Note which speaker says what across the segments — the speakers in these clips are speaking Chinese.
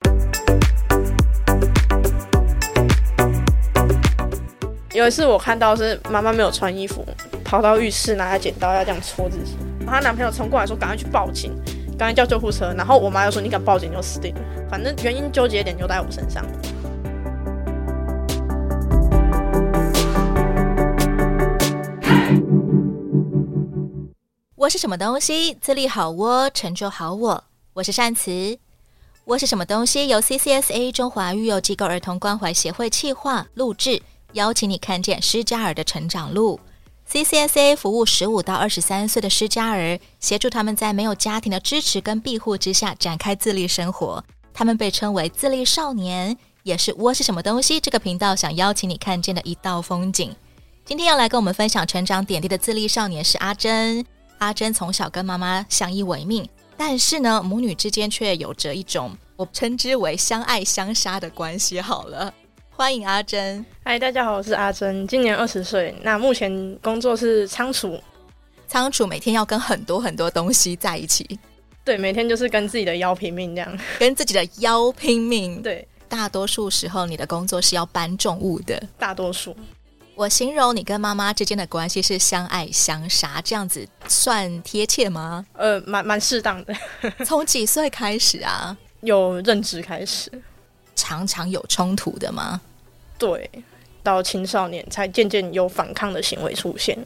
Speaker 1: 有一次我看到是妈妈没有穿衣服，跑到浴室拿着剪刀要这样戳自己，然后她男朋友冲过来说赶快去报警，赶快叫救护车，然后我妈又说你敢报警就死定了，反正原因纠结点就在我身上。
Speaker 2: 我是什么东西？自立好我，成就好我。我是善慈。我是什么东西？由 CCSA 中华育幼机构儿童关怀协会企划录制，邀请你看见施加尔的成长路。CCSA 服务十五到二十三岁的施加尔，协助他们在没有家庭的支持跟庇护之下展开自立生活。他们被称为自立少年，也是我是什么东西这个频道想邀请你看见的一道风景。今天要来跟我们分享成长点滴的自立少年是阿珍。阿珍从小跟妈妈相依为命，但是呢，母女之间却有着一种我称之为相爱相杀的关系。好了，欢迎阿珍。
Speaker 1: 嗨，大家好，我是阿珍，今年二十岁，那目前工作是仓储，
Speaker 2: 仓储每天要跟很多很多东西在一起，
Speaker 1: 对，每天就是跟自己的腰拼命这样，
Speaker 2: 跟自己的腰拼命。
Speaker 1: 对，
Speaker 2: 大多数时候你的工作是要搬重物的。
Speaker 1: 大多数
Speaker 2: 我形容你跟妈妈之间的关系是相爱相杀，这样子算贴 切吗？
Speaker 1: 呃，蛮蛮适当的，
Speaker 2: 从几岁开始啊？
Speaker 1: 有认知开始，
Speaker 2: 常常有冲突的吗？
Speaker 1: 对，到青少年才渐渐有反抗的行为出现，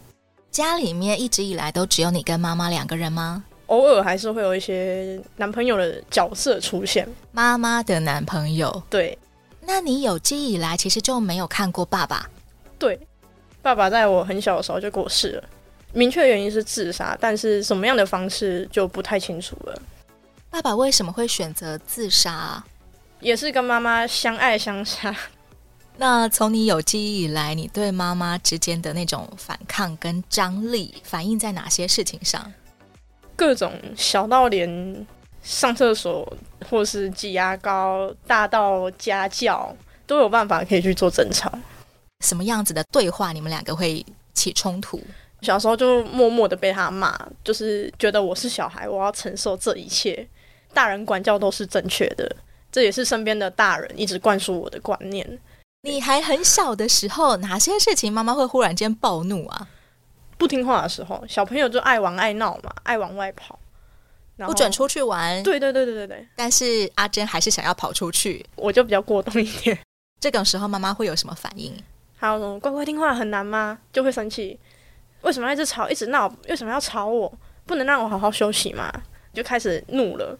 Speaker 2: 家里面一直以来都只有你跟妈妈两个人吗？
Speaker 1: 偶尔还是会有一些男朋友的角色出现。
Speaker 2: 妈妈的男朋友，
Speaker 1: 对
Speaker 2: 那你有记忆以来其实就没有看过爸爸，
Speaker 1: 对，爸爸在我很小的时候就过世了，明确原因是自杀，但是什么样的方式就不太清楚了。
Speaker 2: 爸爸为什么会选择自杀啊？
Speaker 1: 也是跟妈妈相爱相杀，
Speaker 2: 那从你有记忆以来，你对妈妈之间的那种反抗跟张力，反映在哪些事情上？
Speaker 1: 各种小到连上厕所或是挤牙膏，大到家教都有办法可以去做争吵。
Speaker 2: 什么样子的对话你们两个会起冲突？
Speaker 1: 小时候就默默的被他骂，就是觉得我是小孩，我要承受这一切，大人管教都是正确的，这也是身边的大人一直灌输我的观念。
Speaker 2: 你还很小的时候，哪些事情妈妈会忽然间暴怒啊？
Speaker 1: 不听话的时候，小朋友就爱玩爱闹嘛，爱往外跑，然后
Speaker 2: 不准。出去玩，
Speaker 1: 对对对对对对，
Speaker 2: 但是阿珍还是想要跑出去。
Speaker 1: 我就比较过动一点。
Speaker 2: 这种时候，妈妈会有什么反应？
Speaker 1: 还有什么乖乖听话很难吗？就会生气，为什么要一直吵一直闹？为什么要吵我？不能让我好好休息吗？就开始怒了，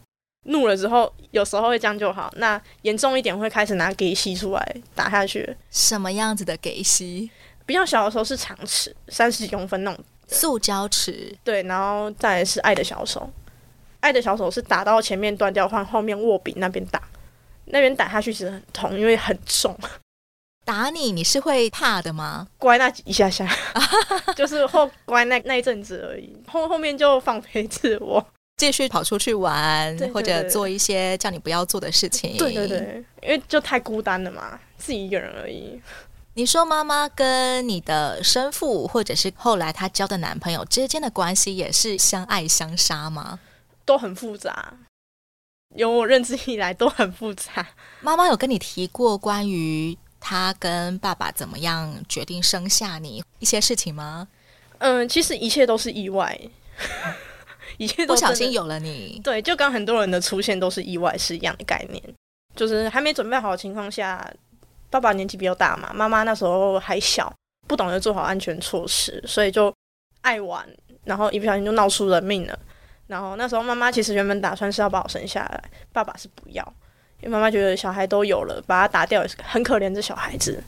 Speaker 1: 怒了之后，有时候会这样就好。那严重一点会开始拿给吸出来打下去。
Speaker 2: 什么样子的给息？
Speaker 1: 比较小的时候是长尺，三十几公分那种，
Speaker 2: 塑胶尺，
Speaker 1: 对，然后再来是爱的小手，爱的小手是打到前面断掉，换后面握柄那边打，那边打下去其实很痛，因为很重，
Speaker 2: 打你，你是会怕的吗？
Speaker 1: 乖那一下下，就是后乖那那一阵子而已，后后面就放飞自我。
Speaker 2: 继续跑出去玩，
Speaker 1: 对对
Speaker 2: 或者
Speaker 1: 对
Speaker 2: 做一些叫你不要做的事情。
Speaker 1: 对对。对，因为就太孤单了嘛，自己一个人而已。
Speaker 2: 你说妈妈跟你的生父，或者是后来她交的男朋友之间的关系，也是相爱相杀吗？
Speaker 1: 都很复杂。有我认知以来都很复杂，
Speaker 2: 妈妈有跟你提过关于她跟爸爸怎么样决定生下你一些事情吗？
Speaker 1: 嗯，其实一切都是意外， 一切都
Speaker 2: 不小
Speaker 1: 真的
Speaker 2: 心有了你，
Speaker 1: 对，就跟很多人的出现都是意外是一样的概念，就是还没准备好的情况下，爸爸年纪比较大嘛，妈妈那时候还小，不懂得做好安全措施，所以就爱玩，然后一不小心就闹出人命了。然后那时候妈妈其实原本打算是要把我生下来，爸爸是不要，因为妈妈觉得小孩都有了，把他打掉也是很可怜这小孩子。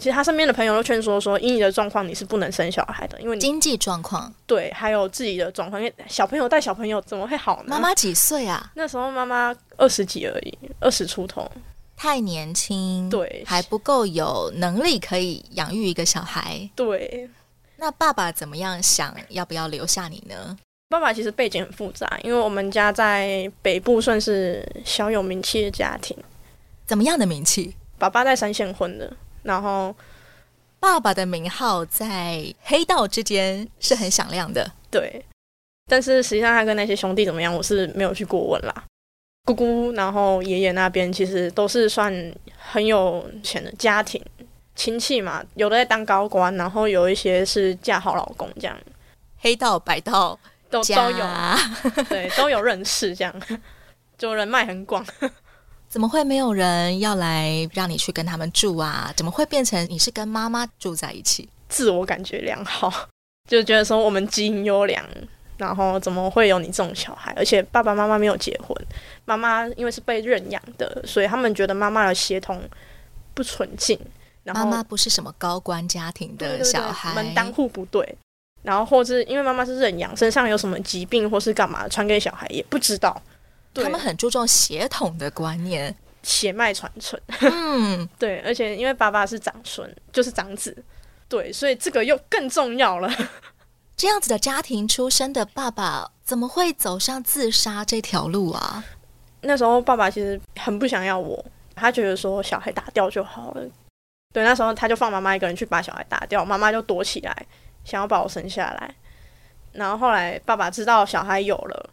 Speaker 1: 其实他身边的朋友都劝说说，以你的状况你是不能生小孩的，因为你
Speaker 2: 经济状况，
Speaker 1: 对还有自己的状况，因为小朋友带小朋友怎么会好呢？
Speaker 2: 妈妈几岁啊？
Speaker 1: 那时候妈妈二十几而已，二十出头，
Speaker 2: 太年轻，，
Speaker 1: 对，
Speaker 2: 嗯还不够有能力可以养育一个小孩。
Speaker 1: 对。
Speaker 2: 那爸爸怎么样想？要不要留下你呢？
Speaker 1: 爸爸其实背景很复杂，因为我们家在北部算是小有名气的家庭，
Speaker 2: 怎么样的名气？
Speaker 1: 爸爸在三线混的，然后
Speaker 2: 爸爸的名号在黑道之间是很响亮的。
Speaker 1: 对，但是实际上他跟那些兄弟怎么样，我是没有去过问啦。姑姑，然后爷爷那边其实都是算很有钱的家庭，亲戚嘛，有的在当高官，然后有一些是嫁好老公这样，
Speaker 2: 黑道、白道
Speaker 1: 都都有，
Speaker 2: 家
Speaker 1: 对，都有认识这样，就人脉很广。
Speaker 2: 怎么会没有人要来让你去跟他们住啊？怎么会变成你是跟妈妈住在一起？
Speaker 1: 自我感觉良好，就觉得说我们基因优良，然后怎么会有你这种小孩？而且爸爸妈妈没有结婚，妈妈因为是被认养的，所以他们觉得妈妈的协同不纯净，然
Speaker 2: 妈
Speaker 1: 后
Speaker 2: 妈不是什么高官家庭
Speaker 1: 对对
Speaker 2: 的
Speaker 1: 对
Speaker 2: 小孩，
Speaker 1: 门当户不对。然后或是因为妈妈是认养，身上有什么疾病或是干嘛传给小孩也不知道，对
Speaker 2: 他们很注重血统的观 念。
Speaker 1: 血脉传承。
Speaker 2: 嗯，
Speaker 1: 对，而且因为爸爸是长孙，就是长子，对，所以这个又更重要了。
Speaker 2: 这样子的家庭出身的爸爸，怎么会走上自杀这条路啊？
Speaker 1: 那时候爸爸其实很不想要我，他觉得说小孩打掉就好了。对，那时候他就放妈妈一个人去把小孩打掉，妈妈就躲起来，想要把我生下来。然后后来爸爸知道小孩有了，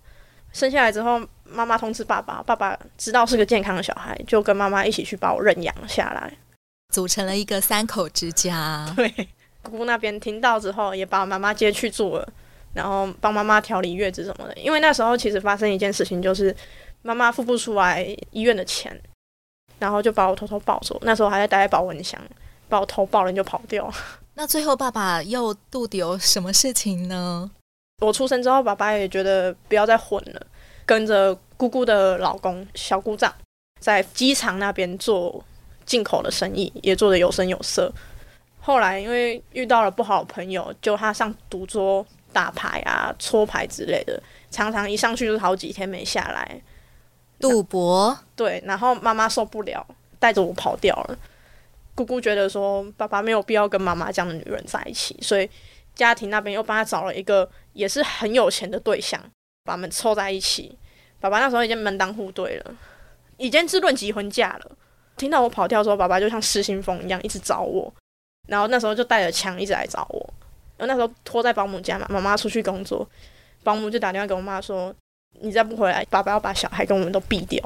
Speaker 1: 生下来之后，妈妈通知爸爸，爸爸知道是个健康的小孩，就跟妈妈一起去把我认养下来。
Speaker 2: 组成了一个三口之家。
Speaker 1: 对，姑姑那边听到之后，也把妈妈接去住了，然后帮妈妈调理月子什么的。因为那时候其实发生一件事情，就是妈妈付不出来医院的钱，然后就把我偷偷抱走。那时候还在待在保温箱，把我头抱了就跑掉。
Speaker 2: 那最后爸爸又度丢什么事情呢？
Speaker 1: 我出生之后，爸爸也觉得不要再混了，跟着姑姑的老公小姑丈在机场那边做进口的生意，也做得有声有色。后来因为遇到了不好的朋友，就他上赌桌打牌啊、搓牌之类的，常常一上去就是好几天没下来。
Speaker 2: 赌博，
Speaker 1: 对，然后妈妈受不了，带着我跑掉了。姑姑觉得说，爸爸没有必要跟妈妈这样的女人在一起，所以家庭那边又帮他找了一个也是很有钱的对象，把他们凑在一起。爸爸那时候已经门当户对了，已经是论及婚嫁了。听到我跑掉之后，爸爸就像失心疯一样一直找我，然后那时候就带着枪一直来找我。然后那时候拖在保姆家嘛，妈妈出去工作，保姆就打电话给我妈说：“你再不回来，爸爸要把小孩跟我们都毙掉。”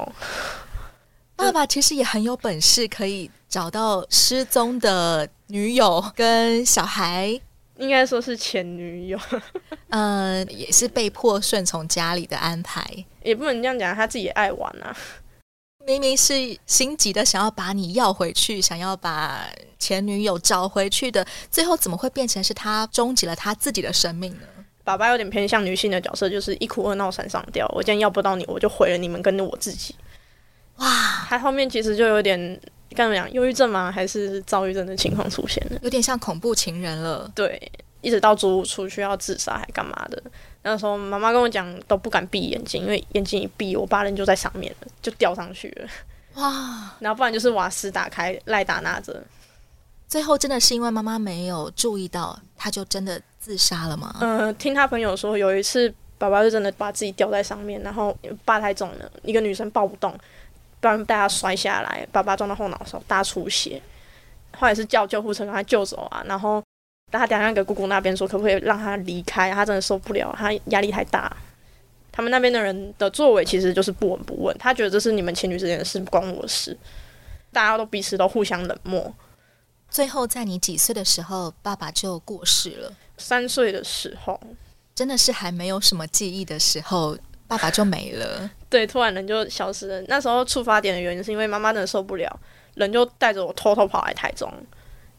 Speaker 2: 爸爸其实也很有本事，可以找到失踪的女友跟小孩，
Speaker 1: 应该说是前女友，
Speaker 2: 嗯、也是被迫顺从家里的安排。
Speaker 1: 也不能这样讲，他自己也爱玩啊。
Speaker 2: 明明是心急的想要把你要回去，想要把前女友找回去的，最后怎么会变成是他终结了他自己的生命呢？
Speaker 1: 爸爸有点偏向女性的角色，就是一哭二闹三上吊。我今天要不到你，我就毁了你们跟我自己。
Speaker 2: 哇，
Speaker 1: 他后面其实就有点该怎么讲，忧郁症吗？还是躁郁症的情况出现了？
Speaker 2: 有点像恐怖情人了。
Speaker 1: 对，一直到租屋出去要自杀还干嘛的。那时候妈妈跟我讲都不敢闭眼睛，因为眼睛一闭，我爸人就在上面了，就吊上去了。
Speaker 2: 哇，
Speaker 1: 然后不然就是瓦斯打开，赖打拿着。
Speaker 2: 最后真的是因为妈妈没有注意到，他就真的自杀了吗？
Speaker 1: 嗯，听他朋友说，有一次爸爸就真的把自己吊在上面，然后嗯爸太重了，一个女生抱不动，不然带他摔下来，爸爸撞到后脑勺，大出血。后来是叫救护车把他救走啊，然后他打电话给姑姑那边说，可不可以让他离开？他真的受不了，他压力太大。他们那边的人的作为其实就是不闻不问，他觉得这是你们情侣之间的事，不关我的事。大家都彼此都互相冷漠。
Speaker 2: 最后在你几岁的时候，爸爸就过世了，
Speaker 1: 三岁的时候，
Speaker 2: 真的是还没有什么记忆的时候，爸爸就没了。
Speaker 1: 对，突然人就消失了。那时候触发点的原因是因为妈妈真的受不了，人就带着我偷偷跑来台中。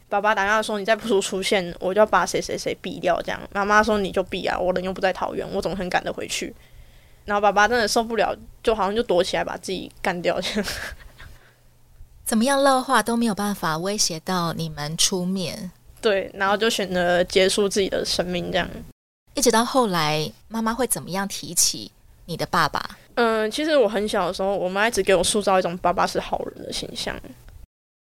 Speaker 1: 爸爸打电话说：“你再不出出现，我就要把谁谁谁毙掉。”这样，妈妈说：“你就毙啊，我人又不在桃园，我怎么可能赶得回去？”然后爸爸真的受不了，就好像就躲起来把自己干掉这样。
Speaker 2: 怎么样乐化都没有办法威胁到你们出面，
Speaker 1: 对，然后就选择结束自己的生命这样。
Speaker 2: 一直到后来，妈妈会怎么样提起你的爸爸？
Speaker 1: 嗯，其实我很小的时候，我妈一直给我塑造一种爸爸是好人的形象。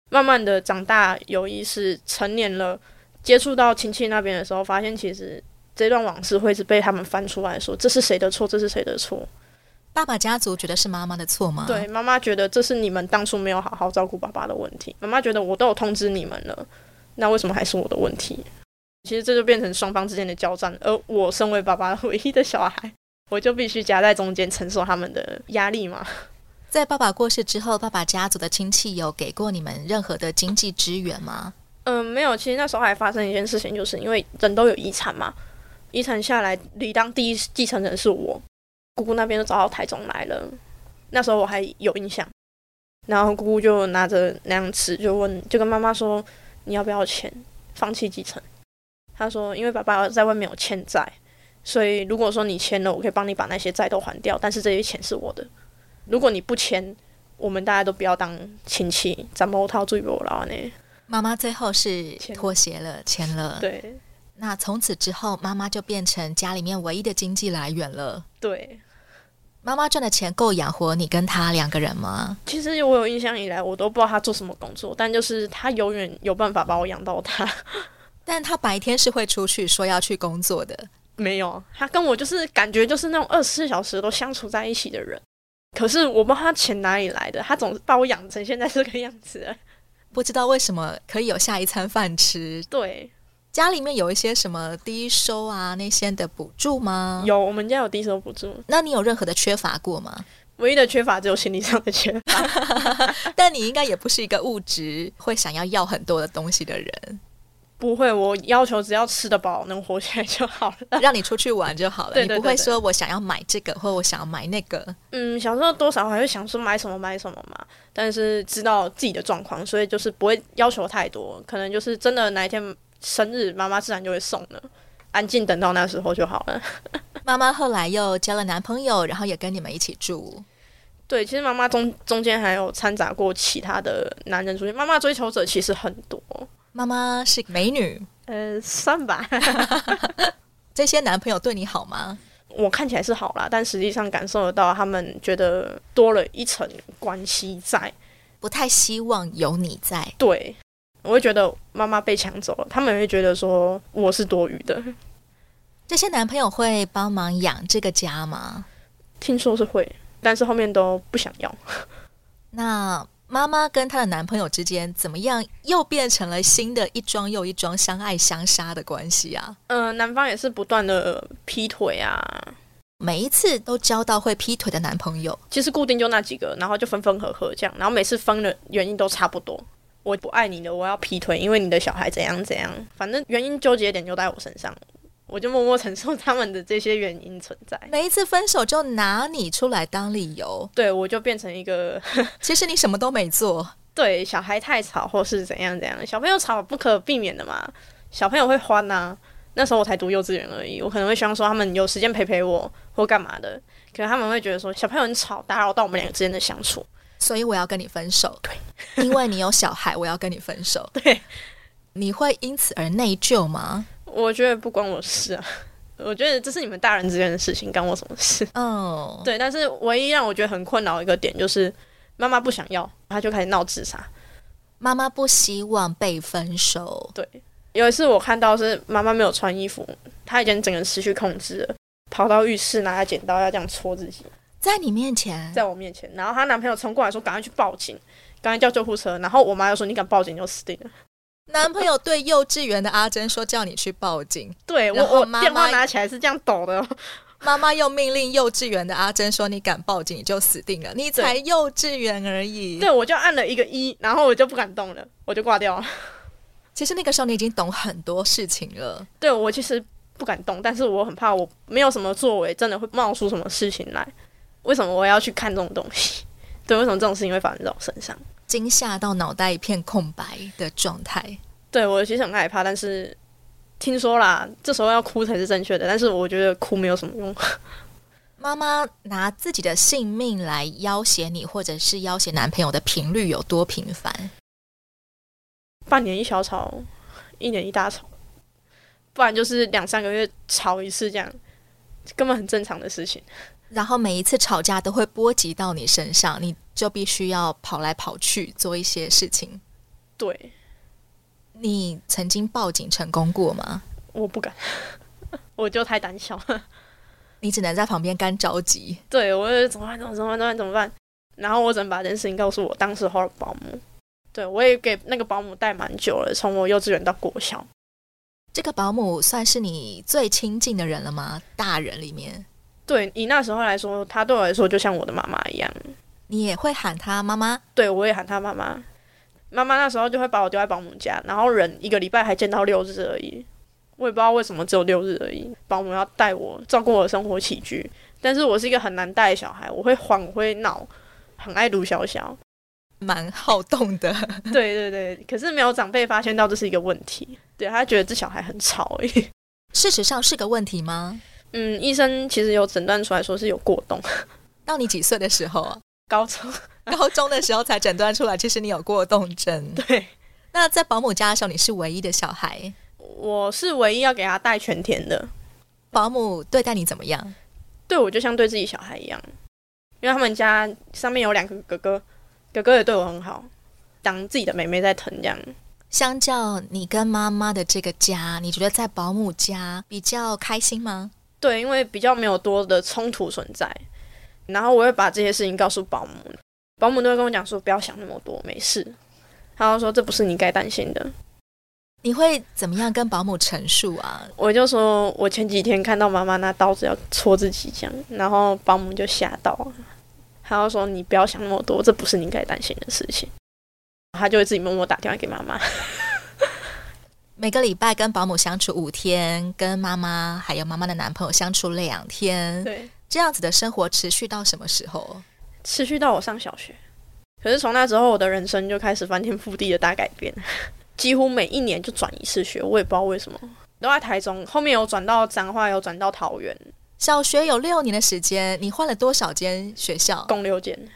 Speaker 1: 慢慢的长大，有意识，成年了，接触到亲戚那边的时候，发现其实这段往事会是被他们翻出来说，这是谁的错，这是谁的错。
Speaker 2: 爸爸家族觉得是妈妈的错吗？
Speaker 1: 对，，妈妈觉得这是你们当初没有好好照顾爸爸的问题。妈妈觉得我都有通知你们了，那为什么还是我的问题？其实这就变成双方之间的交战，而我身为爸爸唯一的小孩，我就必须夹在中间承受他们的压力嘛。
Speaker 2: 在爸爸过世之后，爸爸家族的亲戚有给过你们任何的经济支援吗？
Speaker 1: 嗯，没有，其实那时候还发生一件事情，就是因为人都有遗产嘛，遗产下来理当第一继承人是我。姑姑那边就找到台中来了，那时候我还有印象。然后姑姑就拿着那张纸就问，就跟妈妈说：“你要不要钱放弃继承？”她说：“因为爸爸在外面有欠债，所以如果说你签了，我可以帮你把那些债都还掉，但是这些钱是我的。如果你不签，我们大家都不要当亲戚，咱们套最不牢呢。”
Speaker 2: 妈妈最后是
Speaker 1: 签了
Speaker 2: 妥协了，签了。
Speaker 1: 对
Speaker 2: 那从此之后，妈妈就变成家里面唯一的经济来源了。
Speaker 1: 对，
Speaker 2: 妈妈赚的钱够养活你跟他两个人吗？
Speaker 1: 其实我有印象以来，我都不知道他做什么工作，但就是他永远有办法把我养到大。
Speaker 2: 但他白天是会出去说要去工作的。
Speaker 1: 没有，啊他跟我就是感觉就是那种二十四小时都相处在一起的人。可是我不知道他钱哪里来的，他总是把我养成现在这个样子。啊
Speaker 2: 不知道为什么可以有下一餐饭吃，
Speaker 1: 对，
Speaker 2: 家里面有一些什么低收啊那些的补助吗？。
Speaker 1: 有我们家有低收补助，
Speaker 2: 那你有任何的缺乏过吗？
Speaker 1: 唯一的缺乏只有心理上的缺乏。啊
Speaker 2: 但你应该也不是一个物质会想要要很多的东西的人，
Speaker 1: 不会，我要求只要吃得饱，能活下来就好了。
Speaker 2: 让你出去玩就好了。
Speaker 1: 啊对对
Speaker 2: 你不会
Speaker 1: 对对
Speaker 2: 说我想要买这个或我想要买那个。
Speaker 1: 嗯，小时候多少还会想说买什么买什么嘛，但是知道自己的状况，所以就是不会要求太多，可能就是真的哪一天生日，妈妈自然就会送了，安静等到那时候就好了。
Speaker 2: 妈妈后来又交了男朋友，然后也跟你们一起住。
Speaker 1: 对，其实妈妈中中间还有掺杂过其他的男人出现，妈妈追求者其实很多，
Speaker 2: 妈妈是美女，
Speaker 1: 呃，算吧，
Speaker 2: 这些男朋友对你好吗？
Speaker 1: 我看起来是好啦，但实际上感受得到他们觉得多了一层关系在，
Speaker 2: 不太希望有你在。
Speaker 1: 对我会觉得妈妈被抢走了，他们也会觉得说我是多余的，
Speaker 2: 这些男朋友会帮忙养这个家吗？
Speaker 1: 听说是会，但是后面都不想要。
Speaker 2: 那妈妈跟她的男朋友之间怎么样？又变成了新的一桩又一桩相爱相杀的关系啊！
Speaker 1: 嗯、男方也是不断的劈腿啊，
Speaker 2: 每一次都交到会劈腿的男朋友，
Speaker 1: 其实固定就那几个，然后就分分合合这样，然后每次分的原因都差不多。我不爱你了，我要劈腿，因为你的小孩怎样怎样，反正原因纠结点就在我身上，我就默默承受他们的这些原因存在。
Speaker 2: 每一次分手就拿你出来当理由。
Speaker 1: 对，我就变成一个
Speaker 2: 其实你什么都没做，
Speaker 1: 对小孩太吵，或是怎样怎样，小朋友吵不可避免的嘛，小朋友会欢呐、那时候我才读幼稚园而已，我可能会希望说他们有时间陪陪我或干嘛的，可能他们会觉得说小朋友很吵，打扰到我们两个之间的相处。
Speaker 2: 所以我要跟你分手。
Speaker 1: 对，
Speaker 2: 因为你有小孩，我要跟你分手。
Speaker 1: 对，
Speaker 2: 你会因此而内疚吗？
Speaker 1: 我觉得不关我事啊， 我觉得这是你们大人之间的事情，干我什么事？
Speaker 2: 哦，
Speaker 1: 对，但是唯一让我觉得很困扰的一个点就是，妈妈不想要，她就开始闹自杀。
Speaker 2: 妈妈不希望被分手，
Speaker 1: 对，有一次我看到是妈妈没有穿衣服，她已经整个人失去控制了，跑到浴室拿着剪刀要这样戳自己，
Speaker 2: 在你面前，
Speaker 1: 在我面前，然后她男朋友冲过来说赶快去报警，赶快叫救护车，然后我妈又说你敢报警就死定了。
Speaker 2: 男朋友对幼稚园的阿珍说叫你去报警，
Speaker 1: 对我
Speaker 2: 然后
Speaker 1: 我
Speaker 2: 妈妈
Speaker 1: 电话拿起来是这样抖的哦，
Speaker 2: 妈妈又命令幼稚园的阿珍说你敢报警你就死定了，你才幼稚园而已。
Speaker 1: 对，我就按了一个一，然后我就不敢动了，我就挂掉了。
Speaker 2: 其实那个时候你已经懂很多事情了，
Speaker 1: 对我其实不敢动，但是我很怕我没有什么作为，真的会冒出什么事情来。为什么我要去看这种东西？ 对，为什么这种事情会发生在我身上？
Speaker 2: 惊吓到脑袋一片空白的状态。
Speaker 1: 对我其实很害怕，但是听说啦，这时候要哭才是正确的，但是我觉得哭没有什么用。
Speaker 2: 妈妈拿自己的性命来要挟你，或者是要挟男朋友的频率有多频繁？
Speaker 1: 半年一小吵，一年一大吵，不然就是两三个月吵一次这样，根本很正常的事情。
Speaker 2: 然后每一次吵架都会波及到你身上，你就必须要跑来跑去做一些事情。
Speaker 1: 对，
Speaker 2: 你曾经报警成功过吗？
Speaker 1: 我不敢， 我就太胆小。
Speaker 2: 你只能在旁边干着急。
Speaker 1: 对我就怎么办？怎么办怎么办？怎么办？怎么办？然后我只能把这件事情告诉我当时候的保姆。对我也给那个保姆带蛮久了，从我幼稚园到国小。
Speaker 2: 这个保姆算是你最亲近的人了吗？大人里面，
Speaker 1: 对以那时候来说，她对我来说就像我的妈妈一样，
Speaker 2: 你也会喊她妈妈。
Speaker 1: 对我也喊她妈妈。妈妈那时候就会把我丢在保姆家，然后人一个礼拜还见到六日而已。我也不知道为什么只有六日而已，保姆要带我照顾我的生活起居，但是我是一个很难带的小孩，我会慌，我会闹，很爱撸小小。
Speaker 2: 蛮好动的。
Speaker 1: 对对对，可是没有长辈发现到这是一个问题，对他觉得这小孩很吵而已。
Speaker 2: 事实上是个问题吗？
Speaker 1: 嗯，医生其实有诊断出来说是有过动，
Speaker 2: 到你几岁的时候啊？
Speaker 1: 高中
Speaker 2: 高中的时候才诊断出来，其实你有过动症。
Speaker 1: 对，
Speaker 2: 那在保姆家的时候，你是唯一的小孩，
Speaker 1: 我是唯一要给他带全天的，
Speaker 2: 保姆对待你怎么样？
Speaker 1: 对我就像对自己小孩一样，因为他们家上面有两个哥哥，哥哥也对我很好，当自己的妹妹在疼这样。
Speaker 2: 相较你跟妈妈的这个家，你觉得在保姆家比较开心吗？
Speaker 1: 对，因为比较没有多的冲突存在，然后我会把这些事情告诉保姆，保姆都会跟我讲说不要想那么多，没事。他就说这不是你该担心的，
Speaker 2: 你会怎么样跟保姆陈述啊？
Speaker 1: 我就说我前几天看到妈妈拿刀子要戳自己这样，然后保姆就吓到了，他就说你不要想那么多，这不是你该担心的事情。他就会自己默默打电话给妈妈。
Speaker 2: 每个礼拜跟保姆相处五天，跟妈妈还有妈妈的男朋友相处两天，
Speaker 1: 对，
Speaker 2: 这样子的生活持续到什么时候？
Speaker 1: 持续到我上小学。可是从那之后，我的人生就开始翻天覆地的大改变， 几乎每一年就转一次学，我也不知道为什么。都在台中，后面有转到彰化，有转到桃园，
Speaker 2: 小学有六年的时间，你换了多少间学校？
Speaker 1: 共六间。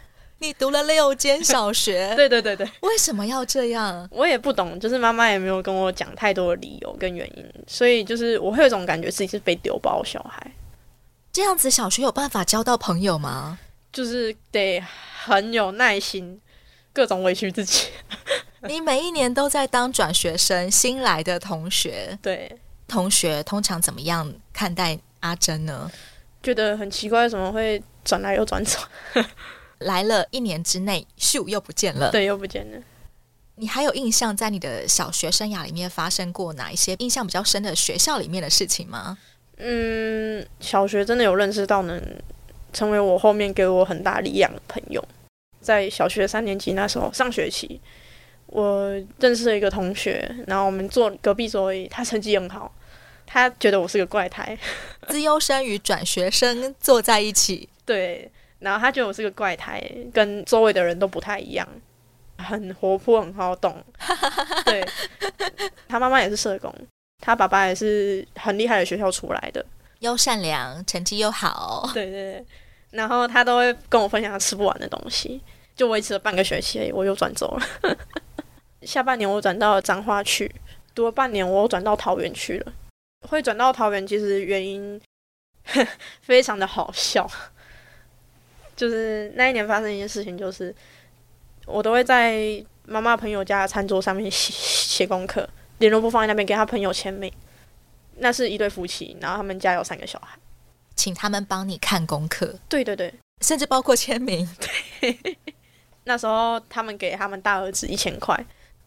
Speaker 2: 你读了六间小 学，
Speaker 1: 对对对对，
Speaker 2: 为什么要这样？
Speaker 1: 我也不懂，就是妈妈也没有跟我讲太多的理由跟原因，所以就是我会有一种感觉自己是被丢包的小孩，
Speaker 2: 这样子小学有办法交到朋友吗？
Speaker 1: 就是得很有耐心，各种委屈自己。
Speaker 2: 你每一年都在当转学生，新来的同学，
Speaker 1: 对，
Speaker 2: 同学通常怎么样看待阿珍呢？
Speaker 1: 觉得很奇怪，为什么会转来又转走，
Speaker 2: 来了一年之内，咻又不见 了。
Speaker 1: 对，又不见了。
Speaker 2: 你还有印象在你的小学生涯里面发生过哪一些印象比较深的学校里面的事情吗？
Speaker 1: 嗯，小学真的有认识到能成为我后面给我很大力量的朋友。在小学三年级那时候，上学期我认识了一个同学，然后我们坐隔壁座位，他成绩很好，他觉得我是个怪胎，
Speaker 2: 资优生与转学生坐在一起，
Speaker 1: 对，然后他觉得我是个怪胎，跟周围的人都不太一样，很活泼，很好动。 对，他妈妈也是社工，他爸爸也是很厉害的学校出来的，
Speaker 2: 又善良，成绩又好，
Speaker 1: 对对对，然后他都会跟我分享他吃不完的东西，就维持了半个学期而已，我又转走了。 下半年我转到彰化去，读了半年，我又转到桃园去了。会转到桃园，其实原因 非常的好笑，就是那一年发生一件事情，就是我都会在妈妈朋友家的餐桌上面写写功课，联络簿放在那边，给他朋友签名。那是一对夫妻，然后他们家有三个小孩。
Speaker 2: 请他们帮你看功课，
Speaker 1: 对对对，
Speaker 2: 甚至包括签名。
Speaker 1: 那时候他们给他们大儿子一千块，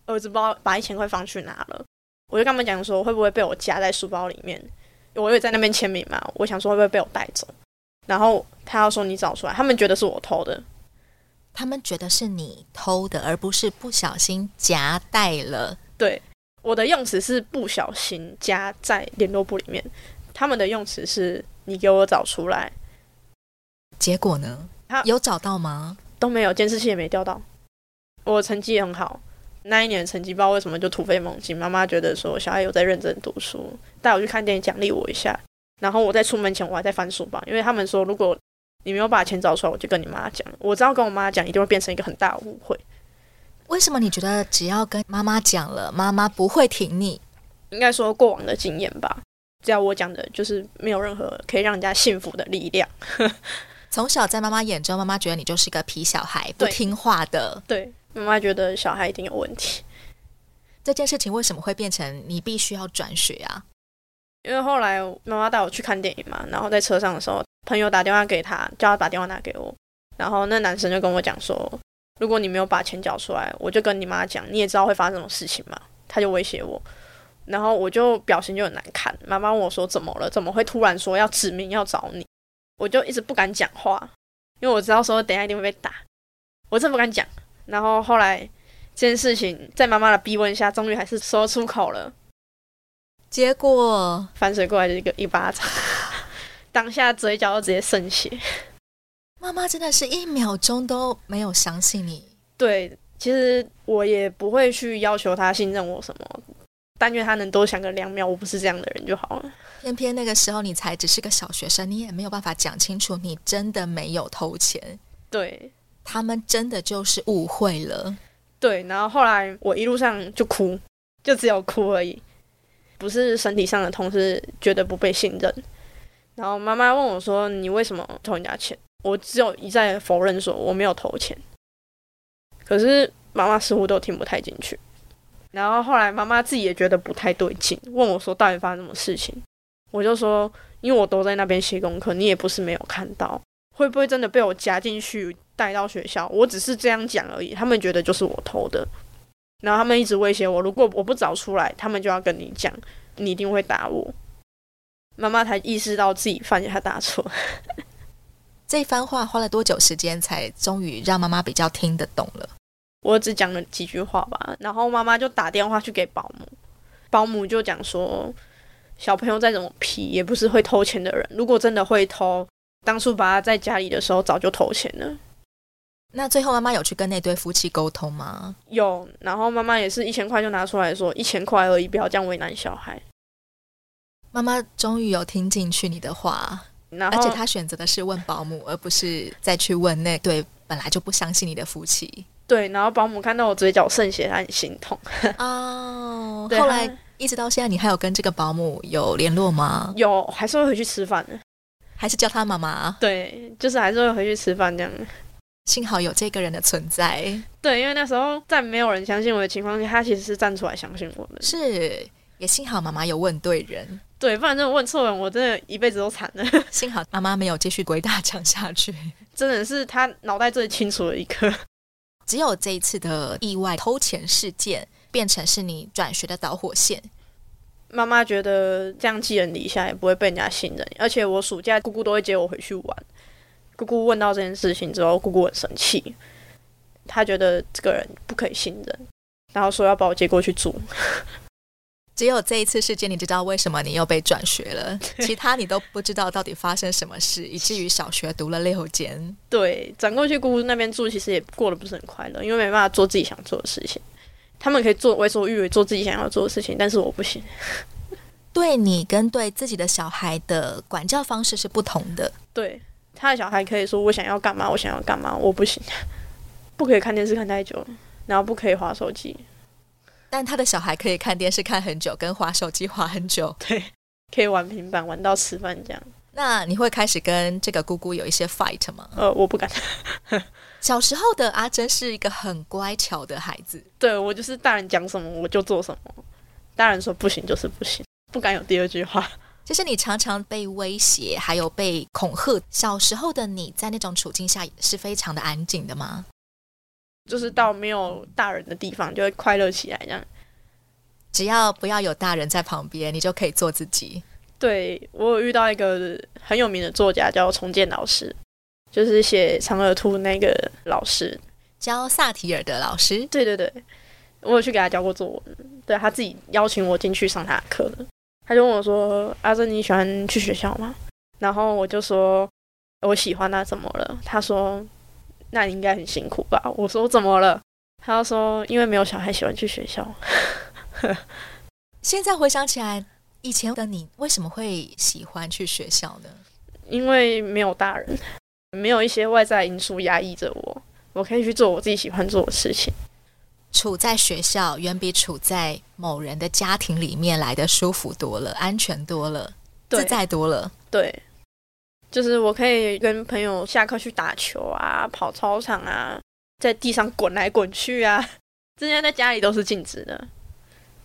Speaker 1: 儿子不知道把一千块放去哪了，我就跟他们讲说会不会被我夹在书包里面，我也在那边签名嘛，我想说会不会被我带走，然后他要说你找出来，他们觉得是我偷的，
Speaker 2: 他们觉得是你偷的，而不是不小心夹带了。
Speaker 1: 对，我的用词是不小心夹在联络簿里面，他们的用词是你给我找出来，
Speaker 2: 结果呢
Speaker 1: 他？
Speaker 2: 有找到吗？
Speaker 1: 都没有，监视器也没调到。我成绩也很好，那一年成绩不知道为什么就突飞猛进。妈妈觉得说小孩有在认真读书，带我去看电影奖励我一下。然后我在出门前我还在翻书包，因为他们说如果你没有把钱找出来，我就跟你妈讲。我知道跟我妈讲一定会变成一个很大的误会，
Speaker 2: 为什么你觉得只要跟妈妈讲了，妈妈不会挺你？
Speaker 1: 应该说过往的经验吧。只要我讲的就是没有任何可以让人家信服的力量。
Speaker 2: 从小在妈妈眼中，妈妈觉得你就是个皮小孩，不
Speaker 1: 对
Speaker 2: 听话的。
Speaker 1: 对，妈妈觉得小孩一定有问题。
Speaker 2: 这件事情为什么会变成你必须要转学啊？
Speaker 1: 因为后来妈妈带我去看电影嘛，然后在车上的时候，朋友打电话给他，叫他把电话拿给我，然后那男生就跟我讲说，如果你没有把钱缴出来，我就跟你妈讲，你也知道会发生这种事情嘛，他就威胁我，然后我就表情就很难看，妈妈问我说怎么了，怎么会突然说要指名要找你，我就一直不敢讲话，因为我知道说等一下一定会被打，我真的不敢讲，然后后来。这件事情在妈妈的逼问下，终于还是说出口了。
Speaker 2: 结果
Speaker 1: 反水过来就一个一巴掌， 当下嘴角就直接渗血。
Speaker 2: 妈妈真的是一秒钟都没有相信你。
Speaker 1: 对，其实我也不会去要求他信任我什么，但愿他能多想个两秒，我不是这样的人就好了。
Speaker 2: 偏偏那个时候你才只是个小学生，你也没有办法讲清楚，你真的没有偷钱，
Speaker 1: 对
Speaker 2: 他们真的就是误会了。
Speaker 1: 对，然后后来我一路上就哭，就只有哭而已，不是身体上的痛，是觉得不被信任。然后妈妈问我说：“你为什么偷人家钱？”我只有一再否认说我没有偷钱，可是妈妈似乎都听不太进去。然后后来妈妈自己也觉得不太对劲，问我说到底发生什么事情？我就说，因为我都在那边写功课，你也不是没有看到，会不会真的被我夹进去带到学校？我只是这样讲而已，他们觉得就是我偷的，然后他们一直威胁我，如果我不找出来，他们就要跟你讲，你一定会打我。妈妈才意识到自己犯下大错。
Speaker 2: 这番话花了多久时间才终于让妈妈比较听得懂了？
Speaker 1: 我只讲了几句话吧，然后妈妈就打电话去给保姆，保姆就讲说，小朋友再怎么皮也不是会偷钱的人，如果真的会偷，当初把他在家里的时候早就偷钱了。
Speaker 2: 那最后妈妈有去跟那对夫妻沟通吗？
Speaker 1: 有，然后妈妈也是一千块就拿出来说，一千块而已，不要这样为难小孩。
Speaker 2: 妈妈终于有听进去你的话，
Speaker 1: 然后
Speaker 2: 而且她选择的是问保姆，而不是再去问那对本来就不相信你的 夫妻。
Speaker 1: 对，然后保姆看到我嘴角渗血，她很心痛。
Speaker 2: 哦，
Speaker 1: 对
Speaker 2: 后
Speaker 1: 她
Speaker 2: 来一直到现在，你还有跟这个保姆有联络吗？
Speaker 1: 有还是会回去吃饭
Speaker 2: 哦
Speaker 1: 的，
Speaker 2: 还是叫她妈妈？
Speaker 1: 对，就是还是会回去吃饭这样。
Speaker 2: 幸好有这个人的存在，
Speaker 1: 对，因为那时候在没有人相信我的情况下，他其实是站出来相信我们。
Speaker 2: 是也幸好妈妈有问对 人，
Speaker 1: 对，不然真的问错人，我真的一辈子都惨了。
Speaker 2: 幸好妈妈没有继续鬼打墙下去。
Speaker 1: 真的是他脑袋最清楚的一刻。
Speaker 2: 只有这一次的意外偷钱事件，变成是你转学的导火线。
Speaker 1: 妈妈觉得这样寄人篱下也不会被人家信任，而且我暑假姑姑都会接我回去玩。姑姑问到这件事情之后，姑姑很生气，她觉得这个人不可以信任，然后说要把我接过去住。
Speaker 2: 只有这一次事件，你知道为什么你又被转学 了，其他你都不知道到底发生什么事，以至于小学读了六间。
Speaker 1: 对，转过去姑姑那边住，其实也过得不是很快乐，因为没办法做自己想做的事情。他们可以做为所欲为，做自己想要做的事情，但是我不行。
Speaker 2: 对你跟对自己的小孩的管教方式是不同的。
Speaker 1: 对，他的小孩可以说我想要干嘛，我想要干嘛，我不行，不可以看电视看太久，然后不可以划手机，
Speaker 2: 但他的小孩可以看电视看很久，跟划手机划很久。
Speaker 1: 对，可以玩平板玩到吃饭这样。
Speaker 2: 那你会开始跟这个姑姑有一些 fight 吗？
Speaker 1: 呃，我不敢，
Speaker 2: 小时候的阿珍是一个很乖巧的孩子，
Speaker 1: 对我就是大人讲什么我就做什么，大人说不行就是不行，不敢有第二句话。
Speaker 2: 就是你常常被威胁，还有被恐吓。小时候的你在那种处境下是非常的安静的吗？
Speaker 1: 就是到没有大人的地方就会快乐起来这样。
Speaker 2: 只要不要有大人在旁边，你就可以做自己。
Speaker 1: 对我有遇到一个很有名的作家叫重建老师，就是写《嫦娥兔》那个老师，
Speaker 2: 教萨提尔的老师，
Speaker 1: 对对对，我有去给他教过作文，对他自己邀请我进去上他的课的。他就问我说：“阿珍，你喜欢去学校吗？”然后我就说：“我喜欢啊，怎么了？”他说：“那你应该很辛苦吧？”我说：“怎么了？”他就说：“因为没有小孩喜欢去学校。
Speaker 2: 现在回想起来，以前的你为什么会喜欢去学校呢？
Speaker 1: 因为没有大人，没有一些外在因素压抑着我，我可以去做我自己喜欢做的事情。
Speaker 2: 处在学校远比处在某人的家庭里面来的舒服多了，安全多了，
Speaker 1: 对
Speaker 2: 自在多了。
Speaker 1: 对，就是我可以跟朋友下课去打球啊，跑操场啊，在地上滚来滚去啊。之前在家里都是禁止的，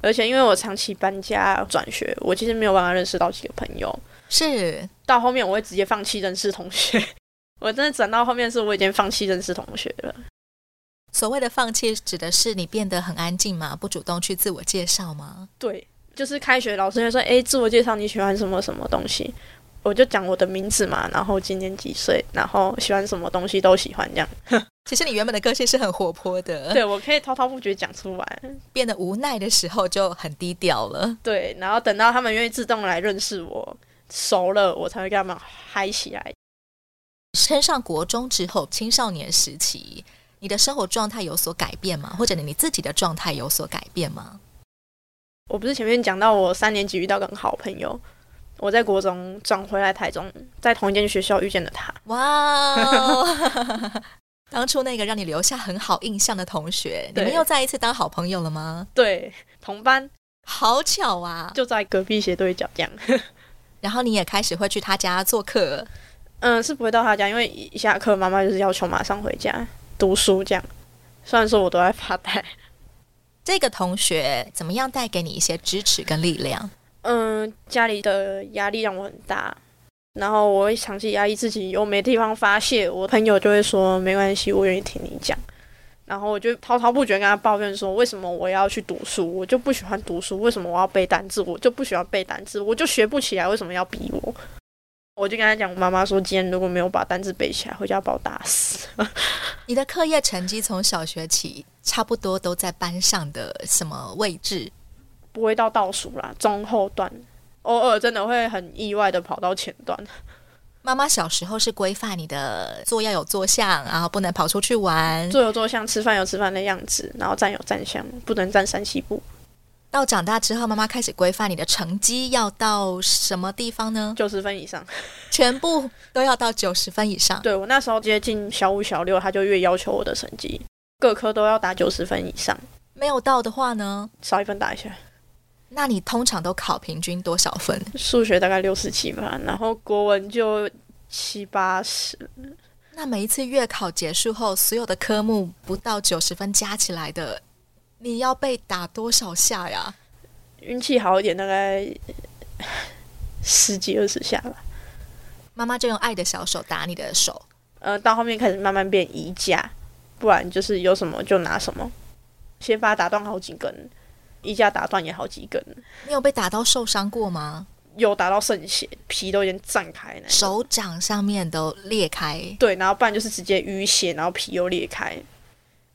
Speaker 1: 而且因为我长期搬家转学，我其实没有办法认识到几个朋友。
Speaker 2: 是
Speaker 1: 到后面我会直接放弃认识同学， 我真的转到后面是我已经放弃认识同学了。
Speaker 2: 所谓的放弃，指的是你变得很安静吗？不主动去自我介绍吗？
Speaker 1: 对，就是开学老师会说：“诶，自我介绍你喜欢什么什么东西。”我就讲我的名字嘛，然后今年几岁，然后喜欢什么东西都喜欢这样。
Speaker 2: 其实你原本的个性是很活泼的，
Speaker 1: 对我可以滔滔不绝讲出来，
Speaker 2: 变得无奈的时候就很低调了。
Speaker 1: 对，然后等到他们愿意自动来认识我，熟了我才会跟他们嗨起来。
Speaker 2: 升上国中之后，青少年时期，你的生活状态有所改变吗？或者你自己的状态有所改变吗？
Speaker 1: 我不是前面讲到我三年级遇到个很好朋友，我在国中转回来台中，在同一间学校遇见了他。
Speaker 2: 哇哦！ 当初那个让你留下很好印象的同学，你
Speaker 1: 对
Speaker 2: 们又再一次当好朋友了吗？
Speaker 1: 对，同班
Speaker 2: 好巧啊！
Speaker 1: 就在隔壁斜对角这样。
Speaker 2: 然后你也开始会去他家做客，
Speaker 1: 嗯，是不会到他家，因为一下课妈妈就是要求马上回家读书这样。虽然说我都在发呆，
Speaker 2: 这个同学怎么样带给你一些支持跟力量？
Speaker 1: 嗯，家里的压力让我很大，然后我会长期压抑自己，又没地方发泄，我朋友就会说没关系，我愿意听你讲。然后我就滔滔不绝跟他抱怨说，为什么我要去读书？我就不喜欢读书，为什么我要背单词？我就不喜欢背单词，我就学不起来，为什么要逼我？我就跟他讲，我妈妈说，今天如果没有把单词背起来，回家把我打死。
Speaker 2: 你的课业成绩从小学起差不多都在班上的什么位置？
Speaker 1: 不会到倒数啦，中后段，偶尔真的会很意外的跑到前段。
Speaker 2: 妈妈小时候是规范你的坐要有坐相，然后不能跑出去玩。
Speaker 1: 坐有坐相，吃饭有吃饭的样子，然后站有站相，不能站三七步，
Speaker 2: 到长大之后，妈妈开始规范你的成绩要到什么地方呢？
Speaker 1: 九十分以上。
Speaker 2: 全部都要到九十分以上。
Speaker 1: 对我那时候接近小五小六，他就越要求我的成绩，各科都要打九十分以上，
Speaker 2: 没有到的话呢？
Speaker 1: 少一分打一下。
Speaker 2: 那你通常都考平均多少分？
Speaker 1: 数学大概六十七吧，然后国文就七八十，
Speaker 2: 那每一次月考结束后，所有的科目不到九十分加起来的，你要被打多少下呀？
Speaker 1: 运气好一点大概呃十几二十下吧。
Speaker 2: 妈妈就用爱的小手打你的手。
Speaker 1: 呃，到后面开始慢慢变移架，不然就是有什么就拿什么，先把它打断好几根，衣架打断也好几根，
Speaker 2: 你有被打到受伤过吗？
Speaker 1: 有打到渗血，皮都已经绽开那种。
Speaker 2: 手掌上面都裂开。
Speaker 1: 对，然后不然就是直接淤血，然后皮又裂开。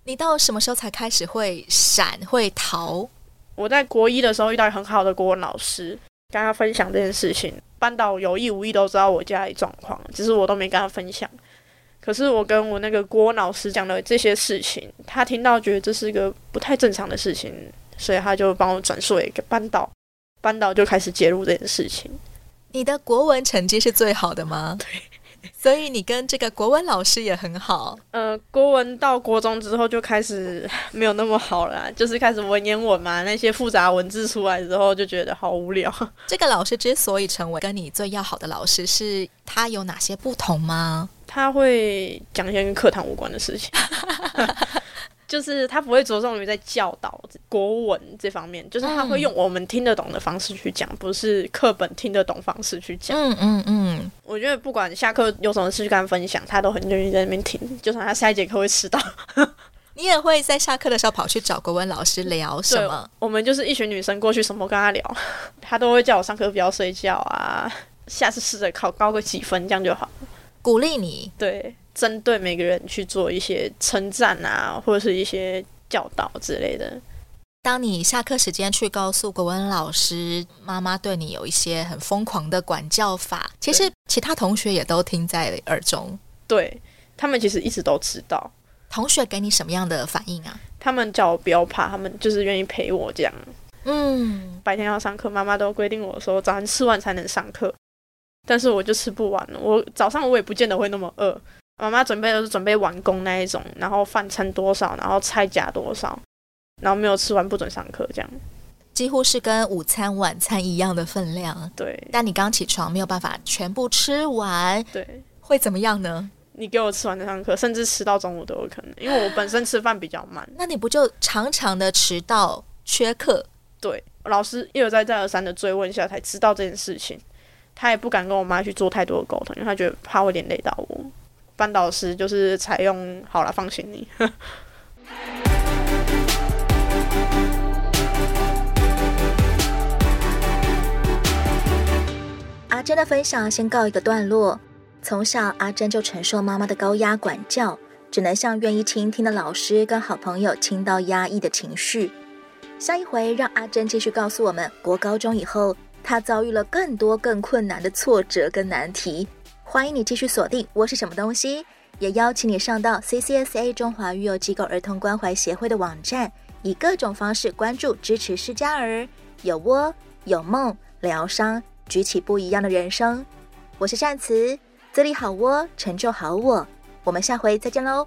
Speaker 2: 你到什么时候才开始会闪会逃？
Speaker 1: 我在国一的时候遇到很好的国文老师，跟他分享这件事情，班导有意无意都知道我家里状况，只是我都没跟他分享。可是我跟我那个国文老师讲了这些事情，他听到觉得这是一个不太正常的事情，所以他就帮我转述给班导，班导就开始介入这件事情。
Speaker 2: 你的国文成绩是最好的吗？对，所以你跟这个国文老师也很好。
Speaker 1: 呃，国文到国中之后就开始没有那么好了啦，啊 就是开始文言文嘛，那些复杂文字出来之后就觉得好无聊。
Speaker 2: 这个老师之所以成为跟你最要好的老师，是他有哪些不同吗？
Speaker 1: 他会讲一些跟课堂无关的事情， 就是他不会着重于在教导国文这方面，就是他会用我们听得懂的方式去讲，不是课本听得懂方式去讲。
Speaker 2: 嗯嗯嗯，
Speaker 1: 我觉得不管下课有什么事去跟他分享，他都很愿意在那边听，就算他下一节课会迟到。
Speaker 2: 你也会在下课的时候跑去找国文老师聊什么？
Speaker 1: 我们就是一群女生过去什么跟他聊， 他都会叫我上课不要睡觉啊，下次试着考高个几分这样就好。
Speaker 2: 鼓励你。
Speaker 1: 对，针对每个人去做一些称赞啊，或者是一些教导之类的。
Speaker 2: 当你下课时间去告诉国文老师，妈妈对你有一些很疯狂的管教法，其实其他同学也都听在耳中。
Speaker 1: 对他们其实一直都知道，
Speaker 2: 同学给你什么样的反应啊？
Speaker 1: 他们叫我不要怕，他们就是愿意陪我这样。
Speaker 2: 嗯，
Speaker 1: 白天要上课，妈妈都规定我说早上吃完才能上课，但是我就吃不完，我早上我也不见得会那么饿。妈妈准备都是准备完工那一种，然后饭称多少，然后菜夹多少，然后没有吃完不准上课这样。
Speaker 2: 几乎是跟午餐、晚餐一样的分量，
Speaker 1: 对
Speaker 2: 但你刚起床没有办法全部吃完，
Speaker 1: 对，
Speaker 2: 会怎么样呢？
Speaker 1: 你给我吃完再上课，甚至吃到中午都有可能，因为我本身吃饭比较慢。
Speaker 2: 那你不就常常的迟到、缺课？
Speaker 1: 对，老师一而再再而三的追问下才知道这件事情，他也不敢跟我妈去做太多的沟通，因为他觉得怕会连累到我。班导师就是采用好了，放心你。
Speaker 2: 阿珍的分享先告一个段落。从小，阿珍就承受妈妈的高压管教，只能向愿意倾听的老师跟好朋友倾倒压抑的情绪。下一回让阿珍继续告诉我们，国高中以后她遭遇了更多更困难的挫折跟难题。欢迎你继续锁定《我是什么东西》，也邀请你上到 CCSA 中华育幼机构儿童关怀协会的网站，以各种方式关注支持失家儿，有窝有梦疗伤，举起不一样的人生。我是善慈，自立好窝，成就好我。我们下回再见喽，